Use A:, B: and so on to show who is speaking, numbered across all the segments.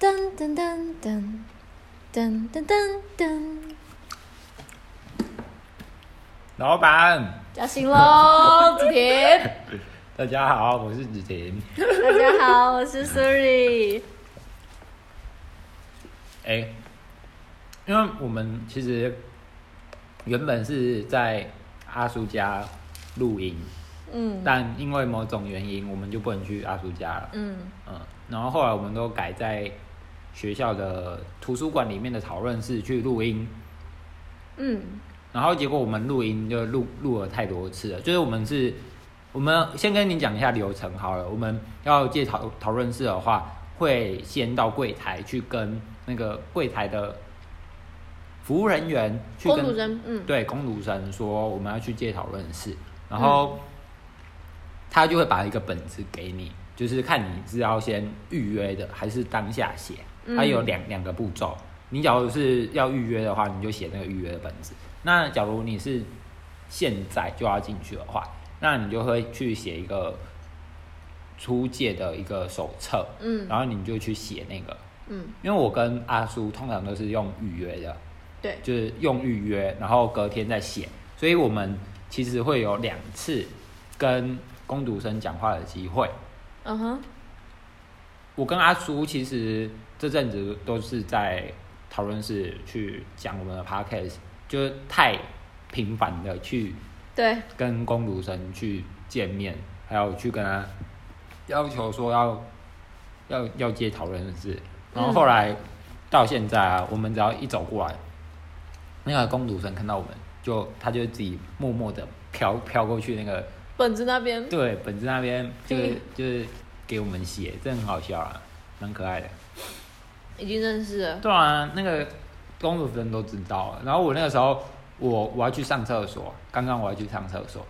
A: 噔噔噔噔噔噔噔噔，
B: 老板，
A: 叫醒喽，子婷。
B: 大家好，我是子婷。
A: 大家好，我是 Suri。
B: 哎、因为我们其实原本是在阿叔家录音，
A: 嗯
B: 但因为某种原因，我们就不能去阿叔家了。
A: 嗯
B: 嗯，然后后来我们都改在学校的图书馆里面的讨论室去录音，
A: 嗯，
B: 然后结果我们录音就录录了太多次了，就是我们是，我们先跟你讲一下流程好了。我们要借讨讨论室的话，会先到柜台去跟那个柜台的服务人员去
A: 公
B: 跟
A: 主人，嗯
B: 对工读生说我们要去借讨论室，
A: 嗯
B: 然后、他就会把一个本子给你，就是看你是要先预约的还是当下写，
A: 嗯
B: 它有两两个步骤。你假如是要预约的话，你就写那个预约的本子。那假如你是现在就要进去的话，那你就会去写一个出借的一个手册，
A: 嗯
B: 然后你就去写那个。
A: 嗯，
B: 因为我跟阿叔通常都是用预约的，
A: 对，
B: 就是用预约，然后隔天再写。所以我们其实会有两次跟工读生讲话的机会。
A: 嗯哼，
B: 我跟阿叔其实这阵子都是在讨论室去讲我们的 podcast，就是太频繁的去
A: 对，
B: 跟工读生去见面，还有去跟他要求说要要要接讨论室，然后后来到现在啊，我们只要一走过来，那个工读生看到我们，就他就自己默默的飘飘过去那个
A: 本子那边，
B: 对本子那边，就是
A: 嗯
B: 就是给我们写，这很好笑啊，蛮可爱的。
A: 已经认识了。
B: 对啊，那个工作人都知道啊了。然后我那个时候，我我要去上厕所，刚刚我要去上厕所。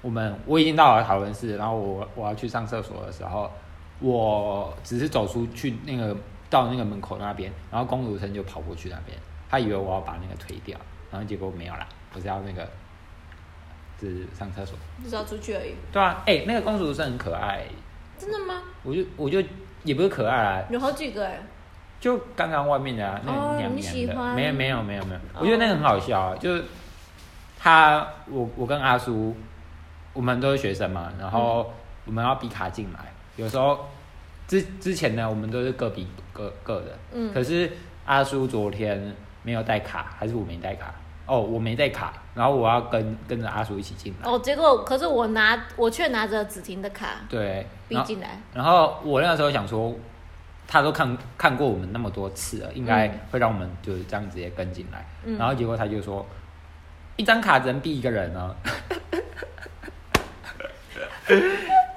B: 我们我已经到了讨论室，然后我我要去上厕所的时候，我只是走出去那个到那个门口那边，然后工读生就跑过去那边，他以为我要把那个推掉，然后结果没有啦，我是要那个，就是上厕所。
A: 就是要出去而已。
B: 对啊，哎、那个公主生很可爱，
A: 真的吗？
B: 我就我就也不是可爱啊啦，
A: 有好几个哎、
B: 就刚刚外面的、啊、那
A: 哦
B: 个娘
A: 你喜
B: 娘的，
A: 欢
B: 没有没有没有没有，
A: 哦
B: 我觉得那个很好笑啊，就是他我我跟阿叔，我们都是学生嘛，然
A: 嗯
B: 后我们要比卡进来，有时候之之前呢，我们都是各比各各的，
A: 嗯
B: 可是阿叔昨天没有带卡，还是我没带卡，哦，我没带卡，然后我要跟跟着阿叔一起进来，
A: 哦，结果可是我拿，我却拿着子婷的卡
B: 对，
A: 逼
B: 然后
A: 进来。
B: 然后我那时候想说，他都看看过我们那么多次了，应该会让我们就是这样直接跟进来。
A: 嗯
B: 然后结果他就说，一张卡只能避一个人呢、啊。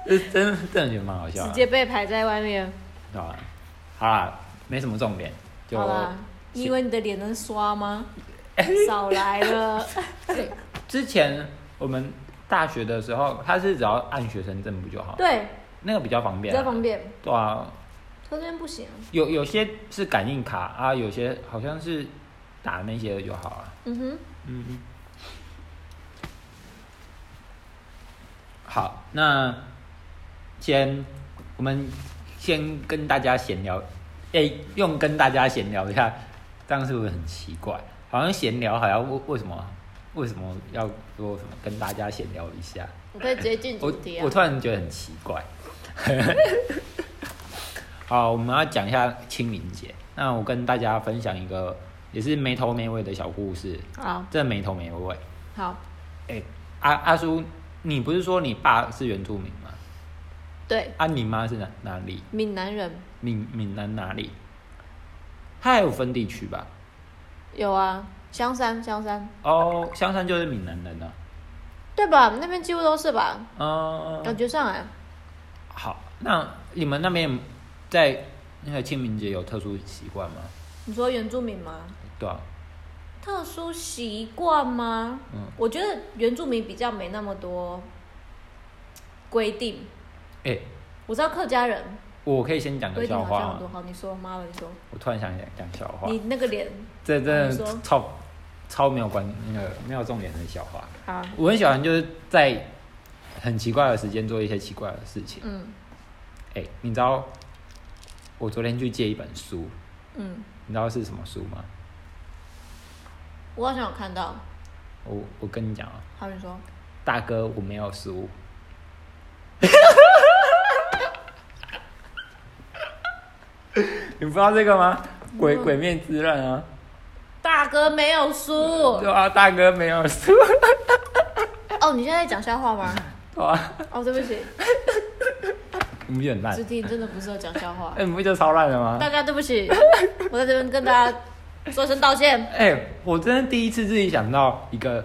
B: 这真的真的觉得蛮好笑
A: 直
B: 的，
A: 接被排在外面，
B: 对吧？好啦，没什么重点，就
A: 好啦，你以为你的脸能刷吗？少来了，
B: 之前我们大学的时候，他是只要按学生证不就好？
A: 对，
B: 那个比较方
A: 比
B: 便、
A: 较
B: 啊。
A: 方便。
B: 对啊，
A: 可这边不行，啊
B: 有有些是感应卡啊，有些好像是打那些的就好了、
A: 嗯哼，
B: 嗯，好，那先我们先跟大家闲聊，诶，用跟大家闲聊一下，这样是不是很奇怪？好像闲聊好像为为什么为什么要说什么跟大家闲聊一下？
A: 我可以直接进主
B: 我
A: 题啊
B: 我。突然觉得很奇怪。 好，我们要讲一下清明节。那我跟大家分享一个也是没头没尾的小故事。
A: 好，
B: 真的没头没尾。
A: 好，
B: 哎、阿阿叔，你不是说你爸是原住民吗？
A: 对，
B: 啊，你妈是哪哪里？
A: 闽南人
B: 闽闽南哪里？它还有分地区吧？
A: 有啊，香山，香山，
B: 哦，香山就是闽南人呢、
A: 对吧？那边几乎都是吧，
B: 啊。
A: 感
B: 嗯，
A: 觉上来
B: 好，那你们那边在那个清明节有特殊习惯吗？
A: 你说原住民吗？
B: 对啊，
A: 特殊习惯吗？
B: 嗯
A: 我觉得原住民比较没那么多规定。
B: 哎、
A: 我知道客家人
B: 我可以先讲个
A: 规定
B: 笑
A: 好
B: 话
A: 像很多。
B: 吗？
A: 好，你说，妈的，你说，
B: 我突然想讲讲笑话
A: 你，那个脸
B: 这真
A: 你说
B: 的超超没有关那个没有重点的笑话。
A: 啊，
B: 我很喜欢就是在很奇怪的时间做一些奇怪的事情。
A: 嗯，
B: 哎、你知道我昨天去借一本书，
A: 嗯，
B: 你知道是什么书吗？
A: 我好像有看到，
B: 我我跟你讲啊，
A: 好你说，
B: 大哥，我没有书。 你不知道这个吗？鬼鬼面之刃啊，
A: 大哥没有输
B: 对啊，大哥没有书，
A: 哦，你现在在讲笑话吗？
B: 对啊，
A: 哦，对不起，
B: 你不觉得很烂
A: 子？婷真的不适合讲笑话
B: 哎、，你不觉得超烂的吗？
A: 大家对不起，我在这边跟大家说声道歉。
B: 哎、我真的第一次自己想到一个，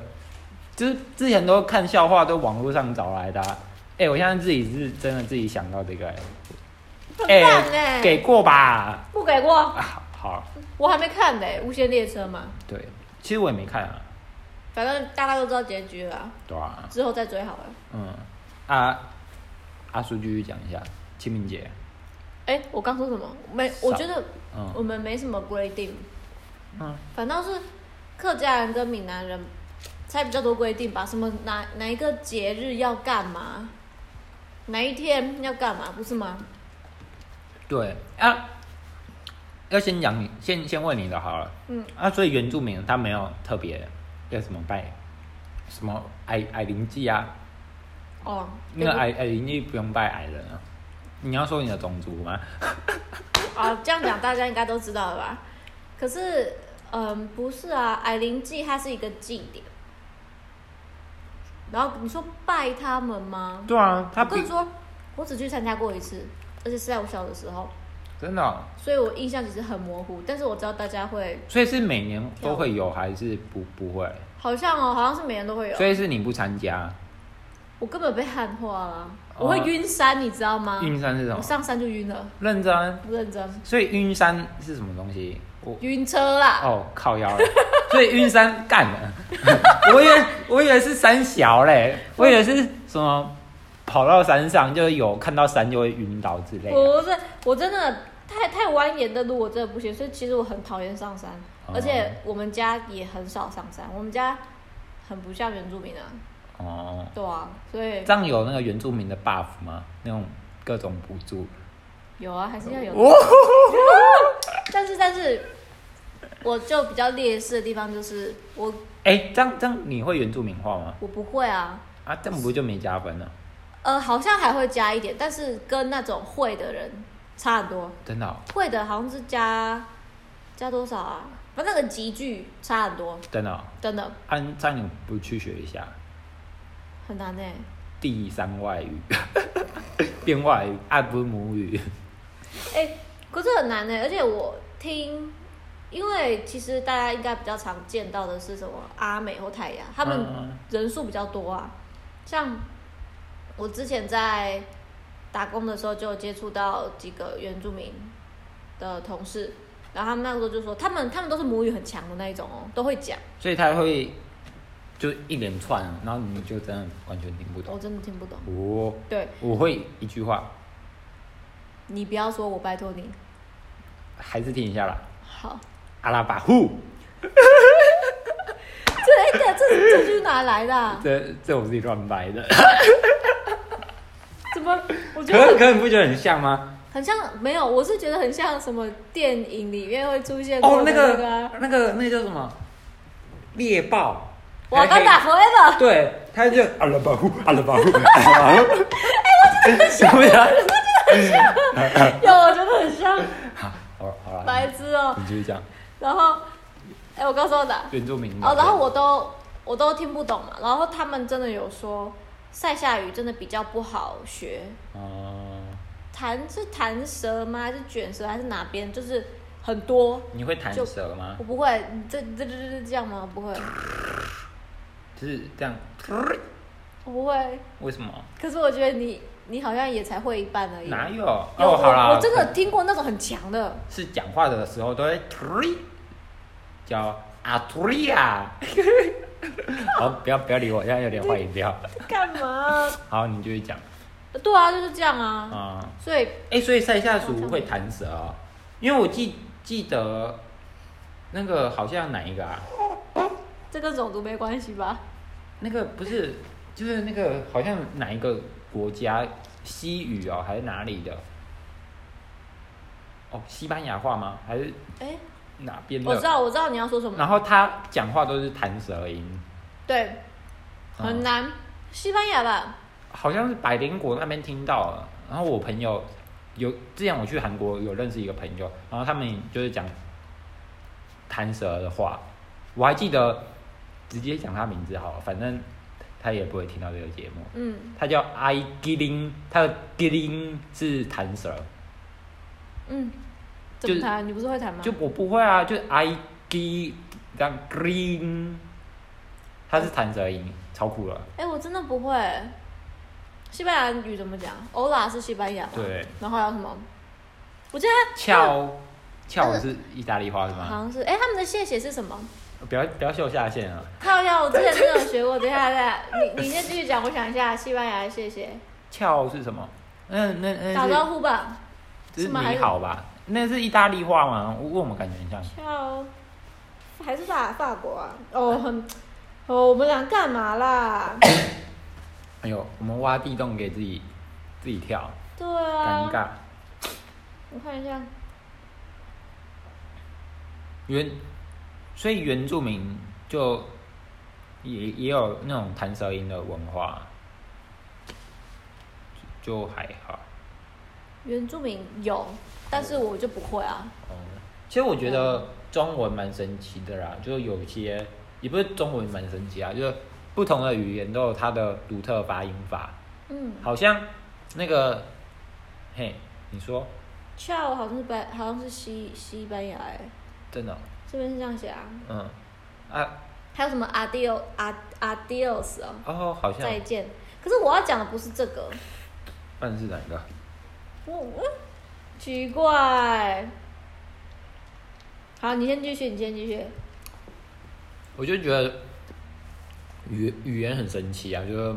B: 就是之前都看笑话都网络上找来的、啊，哎、我现在自己是真的自己想到这个、
A: 很
B: 哎、
A: 棒哎
B: 给过吧？
A: 不给过
B: 啊，，好好，
A: 我还没看呢，《无限列车》嘛，
B: 对，其实我也没看啊，
A: 反正大家都知道结局了，
B: 对啊，
A: 之后再追好了。
B: 嗯，啊，阿叔继续讲一下清明节，
A: 哎，我刚说什么？没，我觉得我
B: 嗯
A: 们没什么规定，
B: 嗯，
A: 反倒是客家人跟闽南人才比较多规定吧，什么哪哪一个节日要干嘛，哪一天要干嘛，不是吗？
B: 对啊，要先讲你，先先问你的好了，
A: 嗯，
B: 啊，所以原住民他没有特别要什么拜，什么矮矮灵祭啊。
A: 哦，
B: 那个矮矮人就不用拜矮人啊。你要说你的种族吗？
A: 啊，这样讲大家应该都知道了吧？可是，嗯，不是啊，矮灵祭它是一个祭典，然后你说拜他们吗？
B: 对啊，他
A: 我
B: 不
A: 跟你说，我只去参加过一次，而且是在我小的时候，
B: 真的哦、
A: 所以我印象其实很模糊。但是我知道大家会，
B: 所以是每年都会有还是不不会？
A: 好像哦，好像是每年都会有
B: 所。以是你不参加？
A: 我根本被汉化了，
B: 哦
A: 我会晕山，你知道吗？
B: 晕哦山是什么
A: 我？上山就晕了，
B: 认真。啊
A: 不认真，
B: 所以晕山是什么东西？我
A: 晕车啦。
B: 哦靠腰了。所以晕山干了。 我以为我以为是山小嘞，我以为是什么跑到山上就有看到山就会晕倒之类的。
A: 我不是，我真的太太蜿蜒的路我真的不行，所以其实我很讨厌上山，
B: 哦
A: 而且我们家也很少上山，我们家很不像原住民啊，
B: 哦，
A: 对啊，所以
B: 这样有那个原住民的 buff 吗？那种各种补助？
A: 有啊，还是要有
B: 哦
A: 但是但是，我就比较劣势的地方就是我
B: 哎、这样这样你会原住民话吗？
A: 我不会啊，
B: 啊，这样不就没加分了？
A: 呃，好像还会加一点，但是跟那种会的人差很多，
B: 真的哦、
A: 会的好像是加加多少啊？反正那个集聚差很多，
B: 真的、哦，
A: 真的
B: 按、这样你不去学一下
A: 很难哎、
B: 第三外语， 变外语，啊，不是母语，
A: 哎、可是很难呢、而且我听，因为其实大家应该比较常见到的是什么阿美或泰雅，他们
B: 嗯
A: 人数比较多啊。像我之前在打工的时候，就有接触到几个原住民的同事，然后他们那个时候就说，他们他们都是母语很强的那一种哦，都会讲，
B: 所以他会就一连串，然后你就真的完全听不
A: 我
B: 懂。
A: 真的听不懂。
B: 我、
A: 对
B: 我会一句话，
A: 你不要说我拜托你，
B: 还是听一下啦。
A: 好，
B: 阿拉巴呼，
A: 这哎、这这这句哪来的啊、
B: 这这我自己乱掰的，
A: 怎么？我觉得很
B: 可可你不觉得很像吗？
A: 很像没有，我是觉得很像什么电影里面会出现
B: 哦
A: 过，的
B: 那
A: 那
B: 个
A: 个啊，
B: 那个那个叫什么？猎豹，
A: 瓦
B: 还可
A: 干
B: 以
A: 达 forever，
B: 对，他就阿拉巴呼，阿拉巴呼，阿
A: 哎
B: 拉巴呼。 什么 呀？
A: 有我觉得很像
B: 好，好了，
A: 白痴哦、
B: 你继续讲
A: 然后，哎、我告诉我的，
B: 原住民
A: 哦，然后我都我都听不懂嘛，然后他们真的有说塞夏语真的比较不好学，
B: 哦，
A: 弹是弹舌吗？还是卷舌？还是哪边？就是很多，
B: 你会弹舌吗
A: 我？不会，这这这这这样吗？不会，
B: 就是这样，
A: 我不会。
B: 为什么？
A: 可是我觉得你你好像也才会一半而已。
B: 哪有？
A: 有
B: 哦，好啦，
A: 我我真的听过那种很强的，
B: 是讲话的时候都会突哩，叫阿突利 亚。好，不要不要理我，现在有点坏饮料。
A: 干嘛？
B: 好，你继续讲
A: 对啊，就是这样啊。
B: 啊。
A: 所以
B: 哎、所以塞夏族会弹舌、哦，因为我记记得那个好像哪一个啊？
A: 这跟种族没关系吧？
B: 那个不是，就是那个好像哪一个国家西语哦，还是哪里的？哦，西班牙话吗？还是
A: 哎、
B: 哪边
A: 我知
B: 的？
A: 道，我知道你要说什么。
B: 然后他讲话都是弹舌音，
A: 对，很
B: 嗯
A: 难，西班牙吧？
B: 好像是百灵果那边听到了。然后我朋友有之前我去韩国有认识一个朋友，然后他们就是讲弹舌的话，我还记得直接讲他名字好了，反正他也不会听到这个节目。
A: 嗯
B: 他叫 I g i l i n 他的 g i l i n 是弹舌，
A: 嗯，
B: 就
A: 怎么弹？你不是会弹吗？
B: 就我不会啊，就是 I g 这样 green，他是弹舌音，超酷了。
A: 哎、我真的不会。西班牙语怎么讲？Hola 是西班牙吧？。
B: 对，啊
A: 然后还有什么？我记得他
B: 翘翘是意大利话是
A: 好
B: 吗？
A: 像是，哎、他们的谢谢是什么？
B: 不要不要秀下限啊！
A: 靠呀，我之前真的有学过。等一下，等一下，你你先继续讲，我想一下西班牙的谢谢，
B: 翘是什么？嗯，那那
A: 打
B: 是
A: 招呼吧。
B: 这是
A: 是吗还
B: 你
A: 是
B: 好吧？那是意大利话吗？我我们感觉很像。
A: 靠，还是法法国啊？哦，很，哦，我们俩干嘛啦？
B: 哎呦，我们挖地洞给自己自己跳，
A: 对
B: 尴
A: 啊，
B: 尬。
A: 我看一下，
B: 原，所以原住民就也也有那种弹舌音的文化，就就还好。
A: 原住民有，但是我就不会啊。
B: 哦、其实我觉
A: 嗯
B: 得中文蛮神奇的啦，就是有些也不是中文蛮神奇啊，就是不同的语言都有它的独特发音法。
A: 嗯
B: 好像那个，嘿，你说
A: c h a o 好像是班，好像是西西班牙哎、
B: 真的？
A: 这边是这样写啊。
B: 嗯，啊
A: 还有什么 adios ad adios 哦，
B: 哦，好像
A: 再见。可是我要讲的不是这个，
B: 但是哪个？
A: 我我奇怪。好，你先继续，你先继续。
B: 我就觉得语语言很神奇啊，就是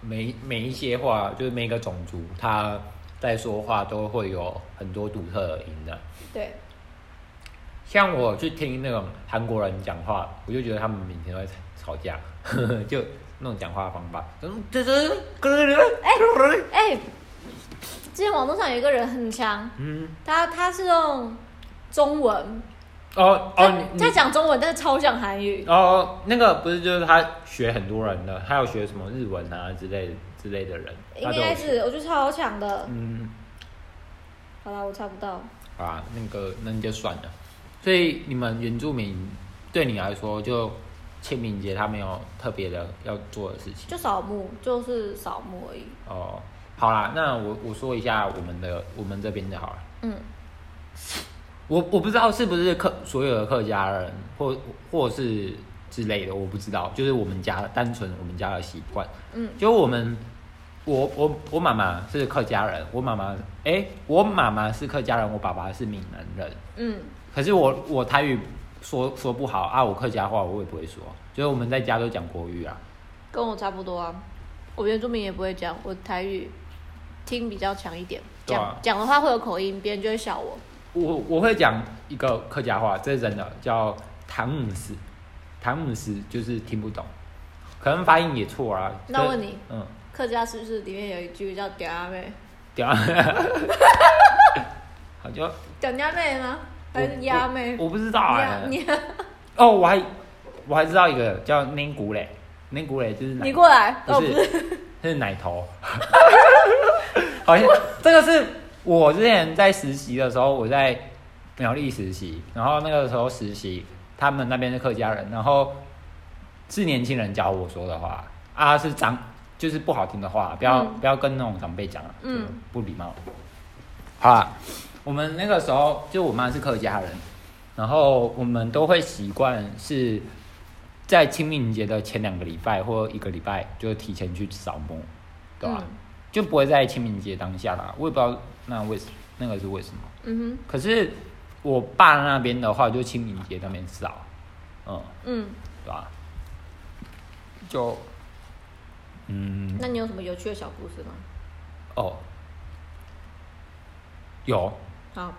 B: 每每一些话，就是每个种族他在说话都会有很多独特的音的。
A: 对，
B: 像我去听那种韩国人讲话，我就觉得他们每天都在吵架， 就那种讲话方法，嗯，这这
A: 哎、之前网络上有一个人很强，
B: 嗯，
A: 他他是用中文，
B: 哦
A: 他、
B: 哦，你
A: 他
B: 你
A: 讲中文，但是超像韩语。
B: 哦，那个不是就是他学很多人的，他有学什么日文啊之类之类的人，
A: 应
B: 他都有
A: 该
B: 学
A: 是，我觉得超强的。
B: 嗯。
A: 好啦，我查不到。
B: 啊，那个那你就算了。所以你们原住民对你来说，就清明节他没有特别的要做的事情
A: 就扫墓，就是扫墓而已。
B: 哦。好啦，那我我说一下我们的我们这边的好了。
A: 嗯，
B: 我我不知道是不是客所有的客家人或或是之类的，我不知道，就是我们家单纯我们家的习惯。
A: 嗯，
B: 就我们我我我妈妈是客家人，我妈妈哎、我妈妈是客家人，我爸爸是闽南人。
A: 嗯，
B: 可是我我台语说说不好啊，我客家话我也不会说，所以我们在家都讲国语啊。
A: 跟我差不多啊。我原住民也不会讲，我台语听比较强一点，
B: 对
A: 讲
B: 啊
A: 讲、的话会有口音，别人就会笑我。
B: 我我会讲一个客家话，这是真的，叫唐姆斯，唐姆斯就是听不懂，可能发音也错啊。
A: 那
B: 所以
A: 问你，
B: 嗯，
A: 客家是不是里面有一句叫“屌阿妹
B: 屌，啊 好就”？
A: 屌阿妹吗？
B: 我
A: 还是鸭妹
B: 我？我不知道啊。
A: 你
B: 哦，我还我还知道一个叫宁古嘞，宁古嘞就是奶
A: 你过来，
B: 不
A: 哦
B: 是
A: 不是，，
B: 是奶头。好像这个是我之前在实习的时候，我在苗栗实习，然后那个时候实习，他们那边是客家人，然后是年轻人教我说的话啊，是长就是不好听的话，不要、
A: 嗯
B: 不要跟那种长辈讲啊，
A: 嗯，
B: 不礼貌。好啦，我们那个时候就我妈是客家人，然后我们都会习惯是在清明节的前两个礼拜或一个礼拜就提前去扫墓，对吧、
A: 嗯
B: 就不会在清明节当下啦。我也不知道那为什那个是为什么。
A: 嗯
B: 可是我爸那边的话，就清明节那边扫，嗯，
A: 哼，嗯，
B: 对吧、就，嗯，
A: 那你有什么有趣的小故事吗？
B: 哦，有，
A: 好，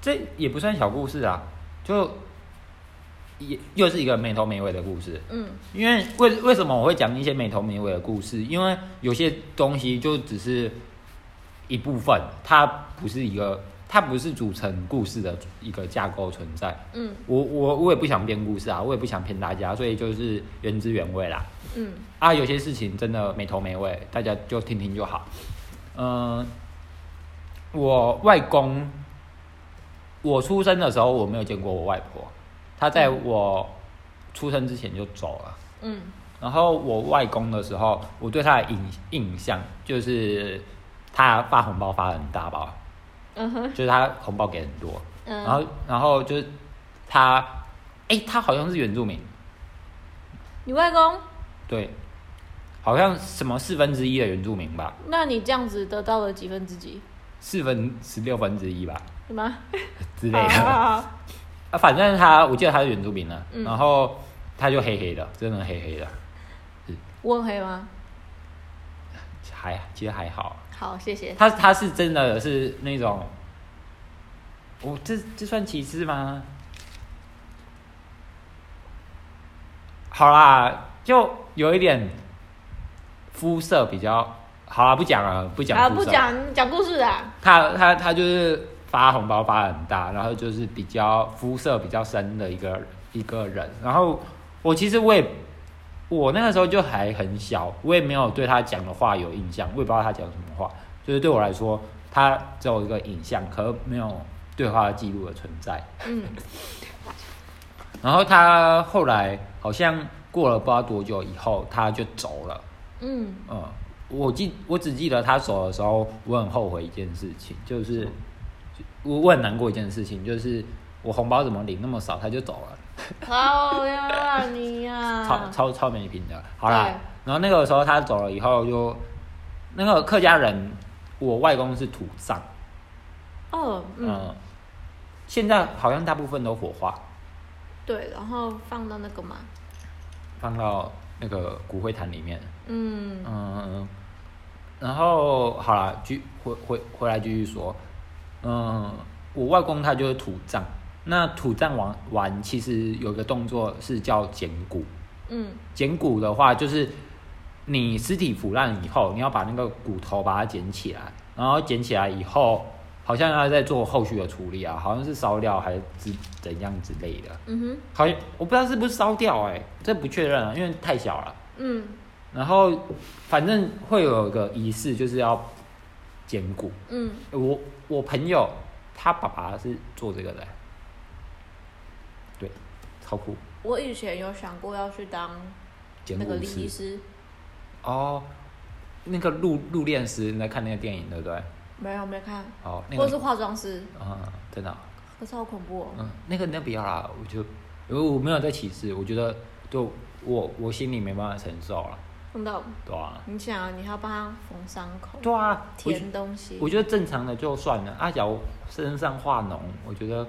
B: 这也不算小故事啊，就也又是一个没头没尾的故事。
A: 嗯
B: 因为为为什么我会讲一些没头没尾的故事？因为有些东西就只是一部分，它不是一个它不是组成故事的一个架构存在。
A: 嗯
B: 我我我也不想编故事啊，我也不想骗大家，所以就是原汁原味啦。
A: 嗯
B: 啊，有些事情真的没头没尾，大家就听听就好。嗯、我外公，我出生的时候我没有见过我外婆，她在我出生之前就走了。
A: 嗯
B: 然后我外公的时候，我对他的印印象就是他发红包发得很大包，
A: 嗯哼
B: 就是他红包给很多。
A: 嗯，
B: 然后然后就是他，哎、他好像是原住民，
A: 你外公，
B: 对，好像什么四分之一的原住民吧，
A: 那你这样子得到了几分之几？
B: 四分十六分之一吧
A: 什么？
B: 之类
A: 好
B: 的。
A: 好好
B: 啊，反正他我记得他是原住民啊，
A: 哦嗯
B: 然后他就黑黑的，真的黑黑的，
A: 我很黑吗？
B: 还其实还好。
A: 好，谢谢。
B: 他他是真的是那种，我、这这算歧视吗？好啦，就有一点肤色比较好啦，不讲了，不讲
A: 好，
B: 肤
A: 不
B: 色。
A: 讲讲故事啦。
B: 他他他就是发红包发得很大，然后就是比较肤色比较深的一个一个人。然后我其实我也我那个时候就还很小，我也没有对他讲的话有印象，我也不知道他讲什么话。就是对我来说，他只有一个影像，可没有对话记录的存在。
A: 嗯
B: 然后他后来好像过了不知道多久以后，他就走了。
A: 嗯
B: 嗯，我记我只记得他走的时候，我很后悔一件事情，就是我我很难过一件事情，就是我红包怎么领那么少，他就走了，
A: 好呀，你呀、
B: 超超超没品的。好啦，然后那个时候他走了以后就，那个客家人，我外公是土葬，
A: 哦，
B: 嗯，
A: 嗯，
B: 现在好像大部分都火化，
A: 对，然后放到那个嘛，
B: 放到那个骨灰坛里面，
A: 嗯
B: 嗯，然后好了，继回回回来继续说，嗯，我外公他就是土葬，那土葬完完其实有一个动作是叫捡骨，
A: 嗯
B: 捡骨的话就是你尸体腐烂以后，你要把那个骨头把它捡起来，然后捡起来以后，好像要再做后续的处理啊，好像是烧掉还是之怎样之类的，
A: 嗯哼
B: 好像我不知道是不是烧掉哎、这不确认啊，因为太小了。
A: 嗯
B: 然后反正会有个仪式，就是要捡骨。
A: 嗯，
B: 我我朋友他爸爸是做这个的，对，超酷，
A: 我以前有想过要去当
B: 捡
A: 那
B: 骨
A: 个礼仪
B: 师
A: 师，
B: 哦。那个入入殓师，你在看那个电影对不对？
A: 没有没看，
B: 哦，那
A: 或者是
B: 个
A: 化妆师，
B: 嗯，真的哦、
A: 可是好恐怖哦。
B: 嗯，那个那不要啦，我就因为我没有在歧视，我觉得就我我心里没办法承受了，
A: 碰到
B: 对啊，
A: 你想啊，你还要帮他缝伤口，
B: 对啊，我觉
A: 填东西
B: 我，觉得正常的就算了，阿瑶身上化脓，我觉得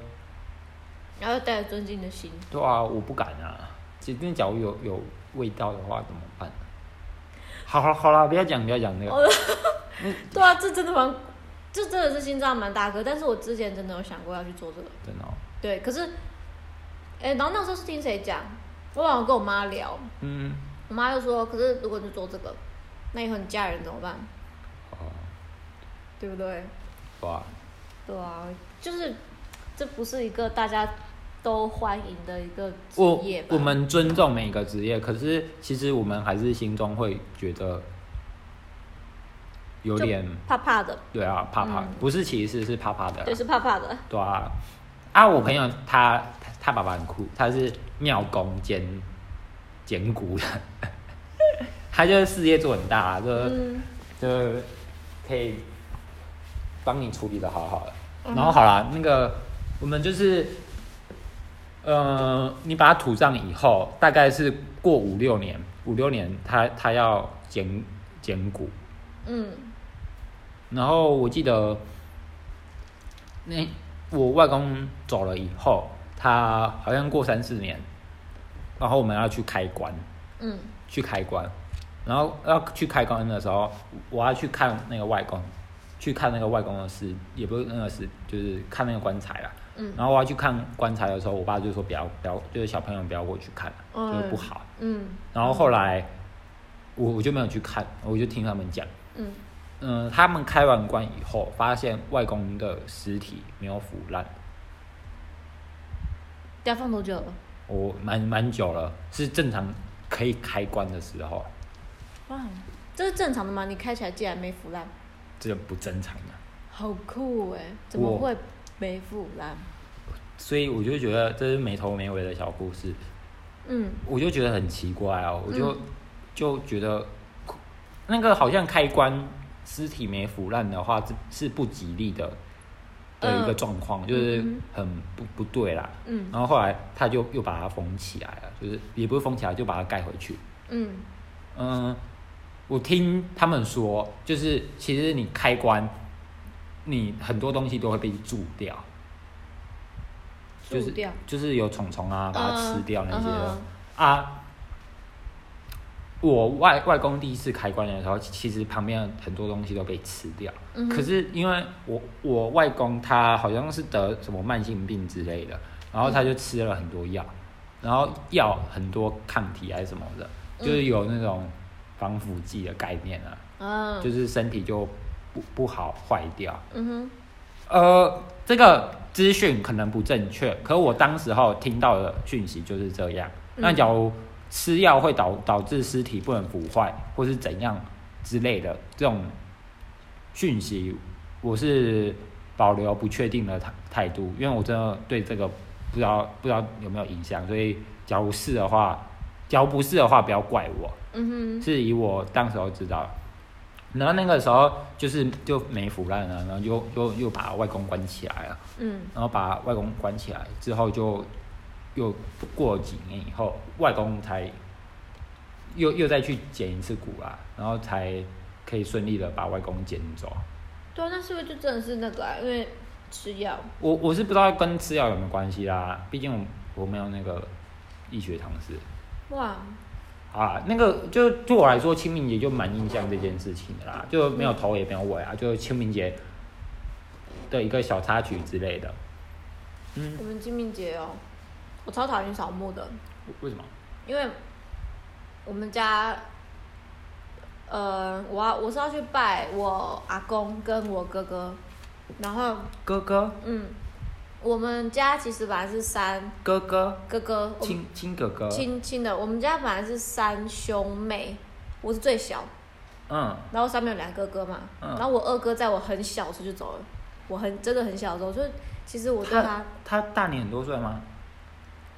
A: 然后带着尊敬的心，
B: 对啊，我不敢啊。其实假如有有味道的话怎么办？好好好啦，不要讲不要讲那个。
A: 对啊，这真的蛮，这真的是心脏蛮大颗，但是我之前真的有想过要去做这个。
B: 真的、哦，
A: 对，可是，哎、然后那时候是听谁讲？我好像跟我妈聊，
B: 嗯，
A: 我妈就说，可是如果你做这个，那以后你嫁人怎么办？
B: 哦，
A: 对不对？
B: 哇，
A: 对啊，就是这不是一个大家都欢迎的一个职
B: 我
A: 业吧？
B: 我们尊重每个职业，可是其实我们还是心中会觉得有
A: 就
B: 点
A: 怕怕的，
B: 对啊，怕怕，
A: 嗯
B: 不是歧视，是怕怕的啦啊
A: 对，是怕怕的。
B: 对啊，啊，我朋友他他他爸爸很酷，他是庙公兼兼骨的， 他就是事业做很大啊，就、
A: 嗯，
B: 就可以帮你处理的好好的。
A: 嗯
B: 然后好啦，那个我们就是，呃，你把它土葬以后，大概是过五六年，五六年他他要捡捡骨，
A: 嗯
B: 然后我记得，那我外公走了以后，他好像过三四年，然后我们要去开棺，
A: 嗯
B: 去开棺，然后要去开棺的时候，我要去看那个外公，去看那个外公的尸，也不是那个尸，就是看那个棺材啦。
A: 嗯
B: 然后我要去看棺材的时候，我爸就说不要不要，就是小朋友不要过去看，
A: 嗯
B: 就是不好。
A: 嗯
B: 然后后来我我就没有去看，我就听他们讲。
A: 嗯
B: 嗯，他们开完关以后，发现外公的尸体没有腐烂，
A: 要放多久了？
B: 我蛮蛮久了，是正常可以开关的时候，
A: 哇，这是正常的吗？你开起来竟然没腐烂，
B: 这不正常的、
A: 好酷哎、怎么
B: 我
A: 会没腐烂？
B: 所以我就觉得这是没头没尾的小故事，
A: 嗯，
B: 我就觉得很奇怪哦，我就、
A: 嗯
B: 就觉得那个好像开关尸体没腐烂的话是是不吉利的的一个
A: 嗯
B: 状况，就是
A: 嗯
B: 很不不对啦。
A: 嗯
B: 然后后来他就又把它封起来了，就是也不是封起来，就把它盖回去。
A: 嗯
B: 嗯，我听他们说，就是其实你开关，你很多东西都会被蛀掉，就是
A: 蛀掉
B: 就是有虫虫啊，把它吃掉那些的
A: 嗯
B: 啊。我外外公第一次开关的时候，其实旁边很多东西都被吃掉。
A: 嗯哼
B: 可是因为我我外公他好像是得什么慢性病之类的，然后他就吃了很多药，然后药很多抗体还是什么的，就是有那种防腐剂的概念啊，
A: 嗯
B: 就是身体就不不好坏掉。
A: 嗯哼
B: 呃，这个资讯可能不正确，可我当时候听到的讯息就是这样。那
A: 嗯
B: 假如吃药会导导致尸体不能腐坏，或是怎样之类的这种讯息，我是保留不确定的态态度，因为我真的对这个不知道不知道有没有影响，所以假如是的话，假如不是的话，不要怪我。
A: 嗯
B: 是以我当时候知道，然后那个时候就是就没腐烂了，然后就又又把外公关起来了，
A: 哼嗯
B: 然后把外公关起来之后就又过了几年以后，外公才又又再去剪一次骨啦，然后才可以顺利的把外公捡走。
A: 对啊，那是不是就真的是那个啊？因为吃药，
B: 我我是不知道跟吃药有没有关系啦，毕竟我我没有那个医学常识。
A: 哇，
B: 啊，那个就对我来说，清明节就蛮印象这件事情的啦，就没有头也没有尾啊，就是清明节的一个小插曲之类的。嗯，
A: 我们清明节哦，我超讨厌扫墓的，
B: 为什么？
A: 因为我们家，呃，我要我是要去拜我阿公跟我哥哥，然后
B: 哥哥，
A: 嗯，我们家其实本来是三
B: 哥哥，
A: 哥哥，我们
B: 亲亲哥哥，
A: 亲亲的，我们家本来是三兄妹，我是最小，
B: 嗯
A: 然后上面有两个哥哥嘛，
B: 嗯
A: 然后我二哥在我很小的时候就走了，我很真的很小的时候，就是其实我对他
B: 他大你很多岁吗？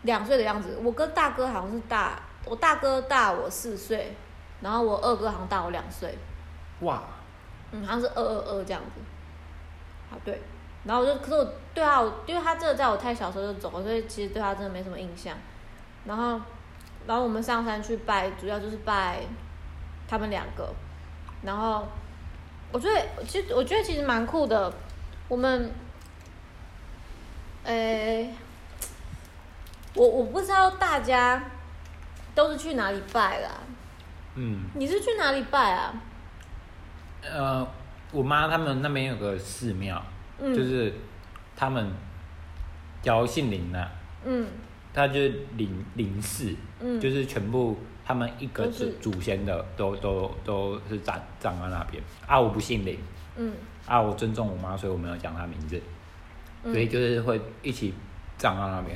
A: 两岁的样子，我跟大哥好像是大，我大哥大我四岁，然后我二哥好像大我两岁，
B: 哇，
A: 嗯，好像是二二二这样子。啊，对。然后我就，可是我对他，我因为他真的在我太小的时候就走了，所以其实对他真的没什么印象。然后，然后我们上山去拜，主要就是拜他们两个。然后，我觉得其实我觉得其实蛮酷的。我们，诶，我我不知道大家都是去哪里拜啦、
B: 嗯，
A: 你是去哪里拜啊？
B: 呃，我妈他们那边有个寺庙，
A: 嗯
B: 就是他们叫姓林呐、啊，
A: 嗯
B: 他就是林林氏，
A: 嗯
B: 就是全部他们一个
A: 都
B: 祖
A: 是
B: 祖先的都都都是长长在那边啊，我不姓林
A: 嗯
B: 啊，我尊重我妈，所以我没有讲她名字，
A: 嗯
B: 所以就是会一起长到那边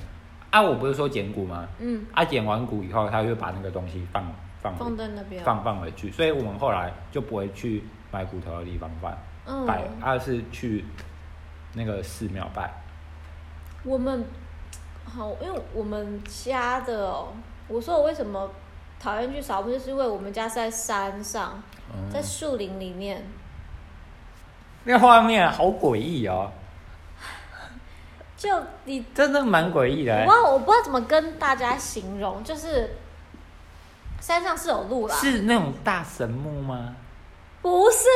B: 啊，我不是说捡骨吗？
A: 嗯，
B: 啊，捡完骨以后，他就把那个东西放放回
A: 放在那边哦。
B: 放放回去，所以我们后来就不会去买骨头的地方放
A: 嗯
B: 摆，而、是去那个寺庙拜。
A: 我们好，因为我们家的哦，我说我为什么讨厌去扫墓，就是因为我们家是在山上，
B: 嗯
A: 在树林里面，
B: 那画面好诡异哦，
A: 就你，
B: 真的蛮诡异的、
A: 我
B: 欸
A: 不知。道我不知道怎么跟大家形容，就是山上是有路啦，
B: 是那种大神木吗？
A: 不是、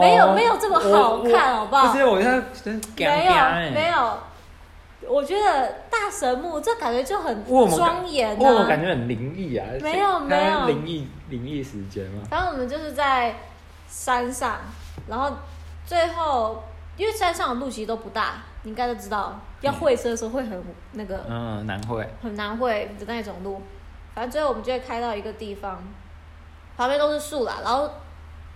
A: 呃没有没有这么好看，好不好？
B: 不是，我现在真哎
A: 没有
B: 的
A: 没，有，我觉得大神木这感觉就很
B: 我有没有感
A: 庄严
B: 我有没有
A: 啊，
B: 感觉很灵异啊。
A: 没有
B: 它
A: 没有
B: 灵异灵异时间吗？
A: 反正我们就是在山上，然后最后因为山上的路其实都不大，你应该都知道，要会车的时候会很那个
B: 嗯，难会。
A: 很难会的那种路。反正最后我们就会开到一个地方，旁边都是树啦，然后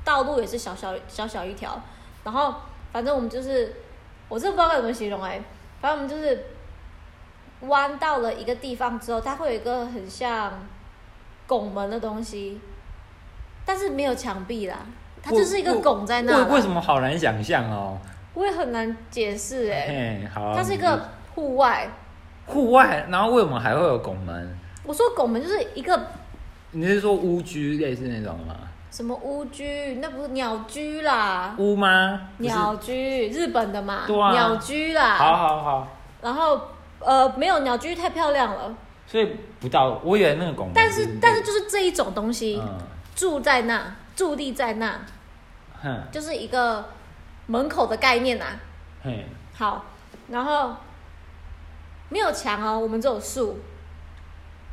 A: 道路也是小小小小一条，然后反正我们就是，我真的不知道该怎么形容哎、反正我们就是弯到了一个地方之后，它会有一个很像拱门的东西，但是没有墙壁啦，它就是一个拱在那啦
B: 为为什么好难想象哦？
A: 我也很难解释哎、
B: 哎，好，
A: 它是一个户外。
B: 户外，然后为什么还会有拱门？
A: 我说拱门就是一个
B: 你是说屋居类似那种吗？
A: 什么乌居，那不是鸟居啦，
B: 屋吗？不是
A: 啊鸟居日本的嘛，
B: 对啊
A: 鸟居
B: 好
A: 啦。
B: 好好，
A: 然后呃，没有鸟居太漂亮
B: 嗯
A: 了，
B: 所以不到，我以为那个拱门。
A: 但是但是就是这一种东西、
B: 嗯，
A: 住在那，驻地在那，
B: 哼，
A: 就是一个门口的概念啊。
B: 嘿，
A: 好，然后没有墙哦，我们只有树，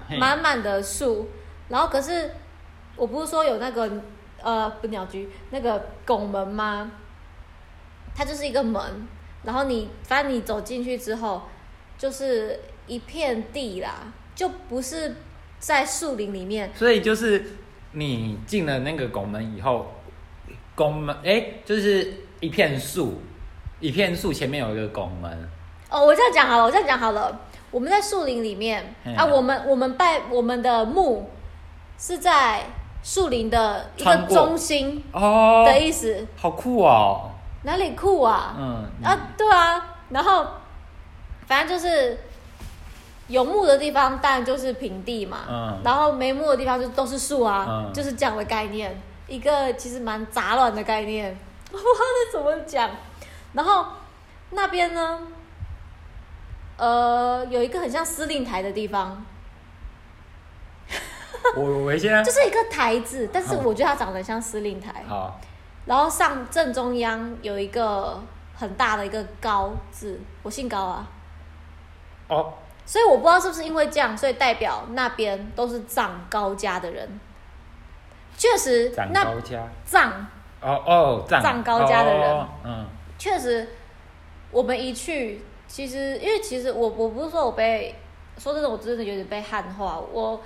B: 嘿
A: 满满的树，然后可是我不是说有那个呃不鸟居那个拱门吗？它就是一个门，然后你反正你走进去之后，就是一片地啦，就不是在树林里面，
B: 所以就是你进了那个拱门以后，拱门哎、就是一片树，一片树前面有一个拱门，
A: 哦，我这样讲好了，我这样讲好了。我们在树林里面
B: 嗯
A: 啊，我们我们拜我们的墓是在树林的一个
B: 穿过
A: 中心
B: 哦，
A: 的意思，
B: 好酷哦，
A: 哪里酷啊？
B: 嗯，
A: 啊，对啊，然后反正就是有墓的地方，当然就是平地嘛，
B: 嗯
A: 然后没墓的地方就都是树啊，
B: 嗯
A: 就是这样的概念，一个其实蛮杂乱的概念， 我不知道这怎么讲。然后那边呢，呃，有一个很像司令台的地方，
B: 我我现在
A: 就是一个台子，但是
B: 嗯
A: 我觉得它长得像司令台，
B: 好，
A: 然后上正中央有一个很大的一个高字，我姓高啊。
B: 哦，
A: 所以我不知道是不是因为这样，所以代表那边都是藏高家的人。确实
B: 长，
A: 那
B: 高家，
A: 藏
B: 哦哦，长
A: 长高家的人
B: 哦嗯，
A: 确实，我们一去，其实因为其实我我不是说我被说真的，我真的有点被汉化，我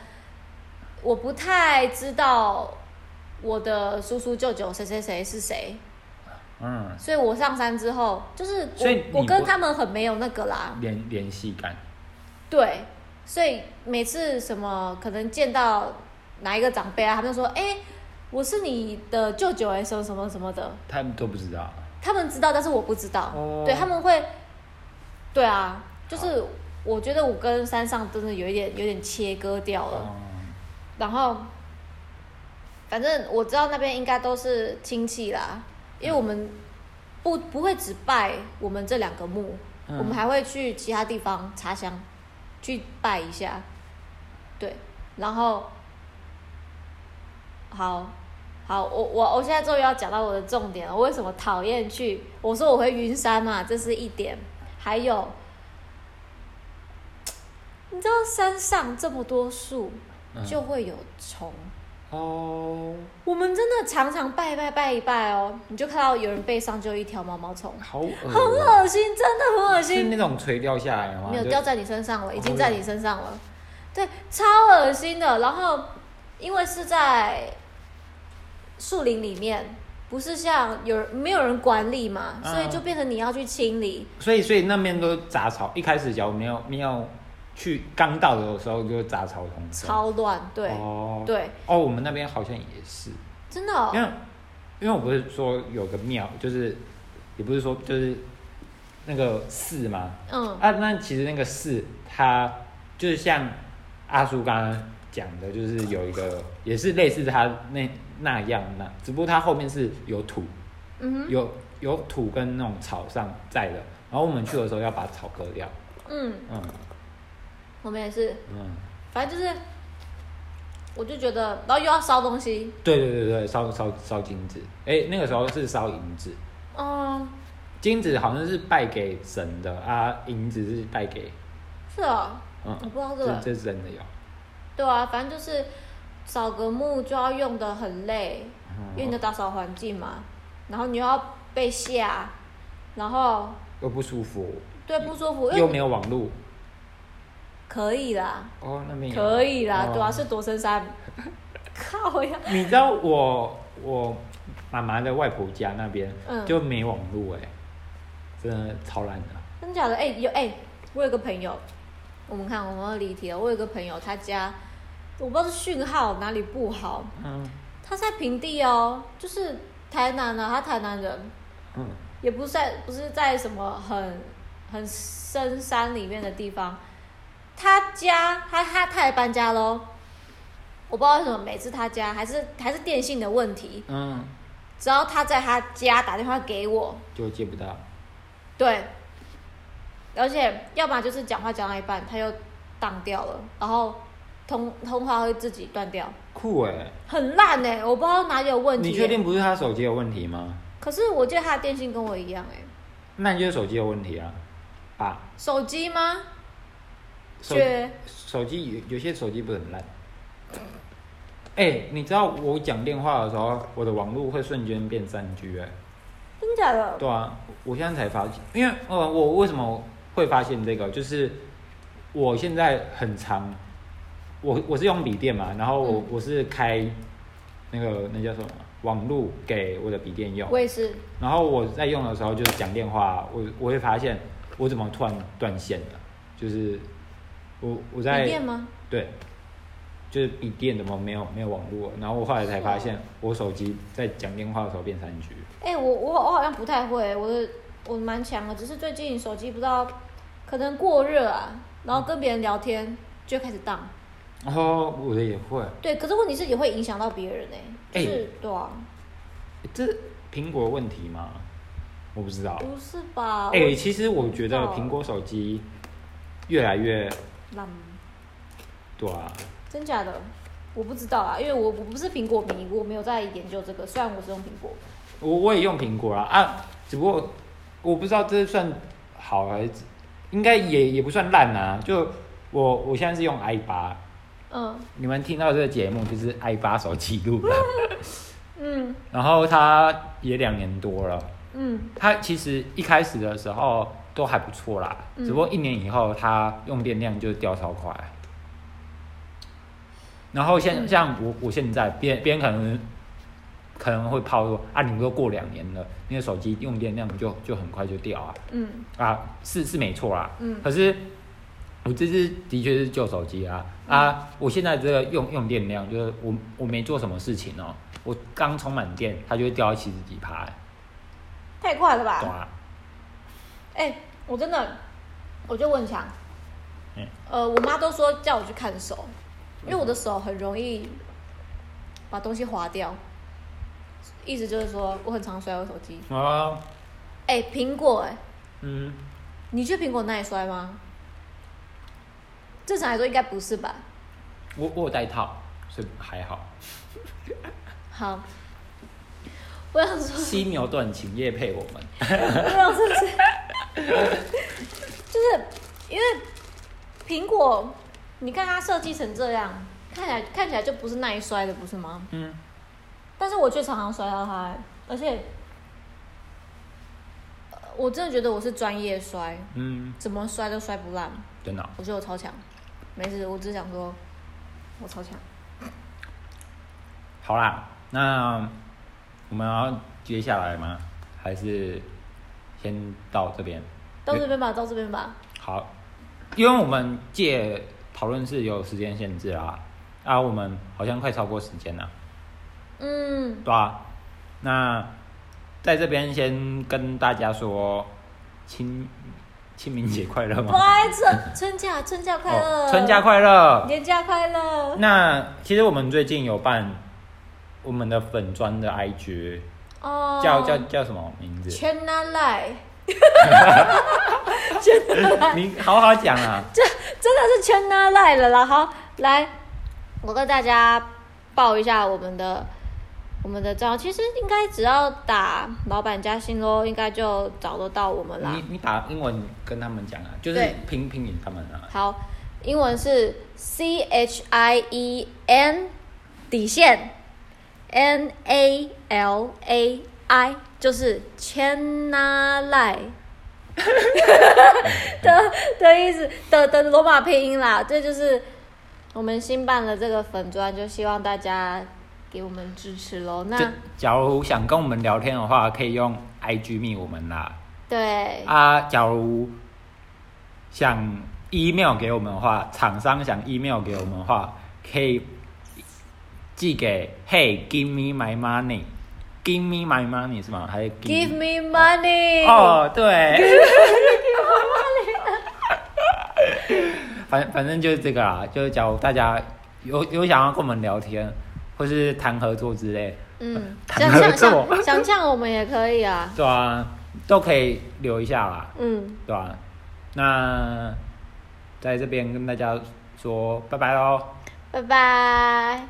A: 我不太知道我的叔叔舅舅谁谁谁是谁，
B: 嗯，
A: 所以我上山之后，就是
B: 所以你
A: 我我
B: 不
A: 跟他们很没有那个啦，
B: 联联系感，
A: 对，所以每次什么可能见到哪一个长辈啊，他们就说：“哎、我是你的舅舅哎、什么什么什么的。
B: 他们都不知道，”
A: 他们知道，但是我不知道。
B: 哦
A: 对，他们会，对啊，就是我觉得我跟山上真的有一点有点切割掉了。
B: 哦，
A: 然后，反正我知道那边应该都是亲戚啦，因为我们不不会只拜我们这两个墓，
B: 嗯
A: 我们还会去其他地方插香，去拜一下。对，然后，好，好，我我我现在终于要讲到我的重点了。我为什么讨厌去？我说我会晕山嘛，这是一点。还有，你知道山上这么多树，
B: 嗯
A: 就会有虫。
B: 哦，
A: 我们真的常常拜拜拜一拜哦，你就看到有人背上就一条毛毛虫，
B: 好恶
A: 很
B: 哦，
A: 恶心，真的很恶
B: 是
A: 心。
B: 那种垂掉下来的吗？
A: 没有
B: 就
A: 掉在你身上了，已经
B: 哦
A: 在你身上了，对，超恶心的。然后因为是在树林里面，不是像有人没有人管理嘛，
B: 嗯
A: 所以就变成你要去清理。
B: 所以所以那边都杂草，一开始假如没有没有去刚到的时候就是杂草丛生。
A: 超乱，对、
B: 哦
A: 对，
B: 哦，我们那边好像也是，
A: 真的哦、
B: 因为因为我不是说有个庙，就是也不是说就是那个寺嘛，
A: 嗯
B: 啊，那其实那个寺它就是像阿叔刚刚讲的，就是有一个也是类似它那那样那，只不过它后面是有土，
A: 嗯
B: 有有土跟那种草上在的，然后我们去的时候要把草割掉，
A: 哼嗯，
B: 嗯
A: 我们也是，
B: 嗯。
A: 反正就是，我就觉得，然后又要烧东西，
B: 对对对对，烧烧烧金子，哎，那个时候是烧银子，
A: 嗯，
B: 金子好像是拜给神的啊，银子是拜给，
A: 是啊、
B: 嗯
A: 我，不知道这
B: 这
A: 个，
B: 这是真的有，
A: 对啊，反正就是扫个墓就要用的很累，因为你
B: 嗯
A: 在打扫环境嘛，然后你又要被吓，然后
B: 又不舒服，
A: 对不舒服，因
B: 又
A: 为
B: 没有网路，
A: 可以啦，
B: 哦，那边有
A: 可 以啦，对啊，
B: 哦
A: 是多深山，靠呀，
B: 你知道我我妈妈的外婆家那边、
A: 嗯
B: 就没网络哎、真的超烂的。
A: 真假的？哎、有哎、我有个朋友，我们看我们要离题了。我有个朋友，他家我不知道是讯号哪里不好，
B: 嗯
A: 他在平地哦，就是台南啊，他台南人，
B: 嗯
A: 也不是在不是在什么很很深山里面的地方，他家他他他也搬家喽。我不知道为什么每次他家还是还是电信的问题，
B: 嗯，
A: 只要他在他家打电话给我，
B: 就接不到。
A: 对，而且要么就是讲话讲到一半他又荡掉了，然后通通话会自己断掉，
B: 酷哎、
A: 很烂哎、我不知道哪里有问题、欸
B: 你确？定不是他手机有问题吗？
A: 可是我记得他的电信跟我一样哎、
B: 那你就是手机有问题啊！啊，
A: 手机吗？
B: 手
A: 确
B: 手机有有些手机不是很烂。哎、你知道我讲电话的时候，我的网络会瞬间变三 G 哎、
A: 真假的？
B: 对啊，我现在才发现，因为呃，我为什么会发现这个？就是我现在很长，我我是用笔电嘛，然后我、
A: 嗯
B: 我是开那个那叫什么网路给我的笔电用，
A: 我也是，
B: 然后我在用的时候就是讲电话，我我会发现我怎么突然断线了，就是我我在
A: 你电吗？
B: 对，就是笔电怎么没有没有网络了，然后我后来才发现我手机在讲电话的时候变三 G，
A: 哎、我我我好像不太会，我的我蛮强的，只是最近手机不知道可能过热啊，然后跟别人聊天就开始荡。
B: 然后我的也会。
A: 对，可是问题是也会影响到别人哎、
B: 哎
A: 就是、对啊，
B: 这苹果问题吗？我不知道。
A: 不是吧？
B: 哎、其实我觉得苹果手机越来越
A: 我烂，
B: 对啊，
A: 真假的？我不知道啊，因为我我不是苹果迷，我没有在研究这个。虽然我是用苹果，
B: 我我也用苹果啊啊，只不过我不知道这算好还是应该也也不算烂啊。就我我现在是用 i 八，
A: 嗯
B: 你们听到这个节目就是 i 八手机录的，
A: 嗯
B: 然后它也两年多了。
A: 嗯，
B: 它其实一开始的时候都还不错啦，
A: 嗯
B: 只不过一年以后它用电量就掉超快。然后
A: 嗯
B: 现像我我现在别别人可能可能会泡说啊，你们都过两年了，你的手机用电量就就很快就掉啊
A: 嗯
B: 啊，是是没错啦。
A: 嗯
B: 可是我这只的确是旧手机啊
A: 嗯
B: 啊，我现在这个用用电量就是我我没做什么事情哦，我刚充满电它就会掉到七十几趴、
A: 啊
B: 欸，
A: 太快了
B: 懂
A: 吧？
B: 啊？
A: 哎、我真的，我就问强，
B: 嗯
A: 呃，我妈都说叫我去看手，因为我的手很容易把东西划掉，意思就是说我很常摔我手机。
B: 啊，
A: 哎、苹果、哎，
B: 嗯，
A: 你去苹果那里摔吗？正常来说应该不是吧？
B: 我我有戴套，所以还好。
A: 好，我想说，
B: 犀牛盾，请夜配我们。
A: 我想说是，就是因为苹果，你看它设计成这样，看起来看起来就不是耐摔的，不是吗？
B: 嗯，
A: 但是我却常常摔到它、而且、呃我真的觉得我是专业摔，
B: 嗯，
A: 怎么摔都摔不烂。
B: 真的哦、
A: 我觉得我超强，没事，我只是想说，我超强。
B: 好啦，那我们要接下来吗？还是先到这边？
A: 到这边吧，到这边吧。
B: 好，因为我们借讨论是有时间限制啦，啊，我们好像快超过时间了，
A: 嗯，
B: 对啊，那在这边先跟大家说清清明节快乐吗？
A: 哇，春春假，春假快乐、
B: 哦春假快乐！
A: 年假快 乐。
B: 那其实我们最近有办我们的粉砖的 IG，
A: 哦，
B: 叫叫叫什么名 字？
A: China Lie，
B: 你好好讲啊！
A: 这真的是 China Lie 了啦。好，来，我跟大家报一下我们的我们的账号，其实应该只要打老板加薪咯，应该就找得到我 们啦
B: 你。你打英文跟他们讲啊，就是
A: 对
B: 拼拼给他们啊。
A: 好，英文是 C H I E N 底线 N A L A I，就是 China Lai 的的意思的的罗马拼音啦。这就是我们新办了这个粉砖，就希望大家给我们支持喽。那
B: 就假如想跟我们聊天的话，可以用 IG 密我们啦。
A: 对，
B: 啊，假如想 email 给我们的话，厂商想 email 给我们的话，可以寄给 Hey give me my money。Give me my money 是吗？还是
A: Give me money！
B: 哦，对。 反反正就是这个啦，就是假如大家有有想要跟我们聊天，或是谈合作之类，
A: 嗯，
B: 谈
A: 想
B: 合
A: 想
B: 作
A: 想想呛我们也可以啊。
B: 对啊，都可以留一下啦，
A: 嗯，
B: 对啊。那在这边跟大家说拜拜喽。
A: 拜拜。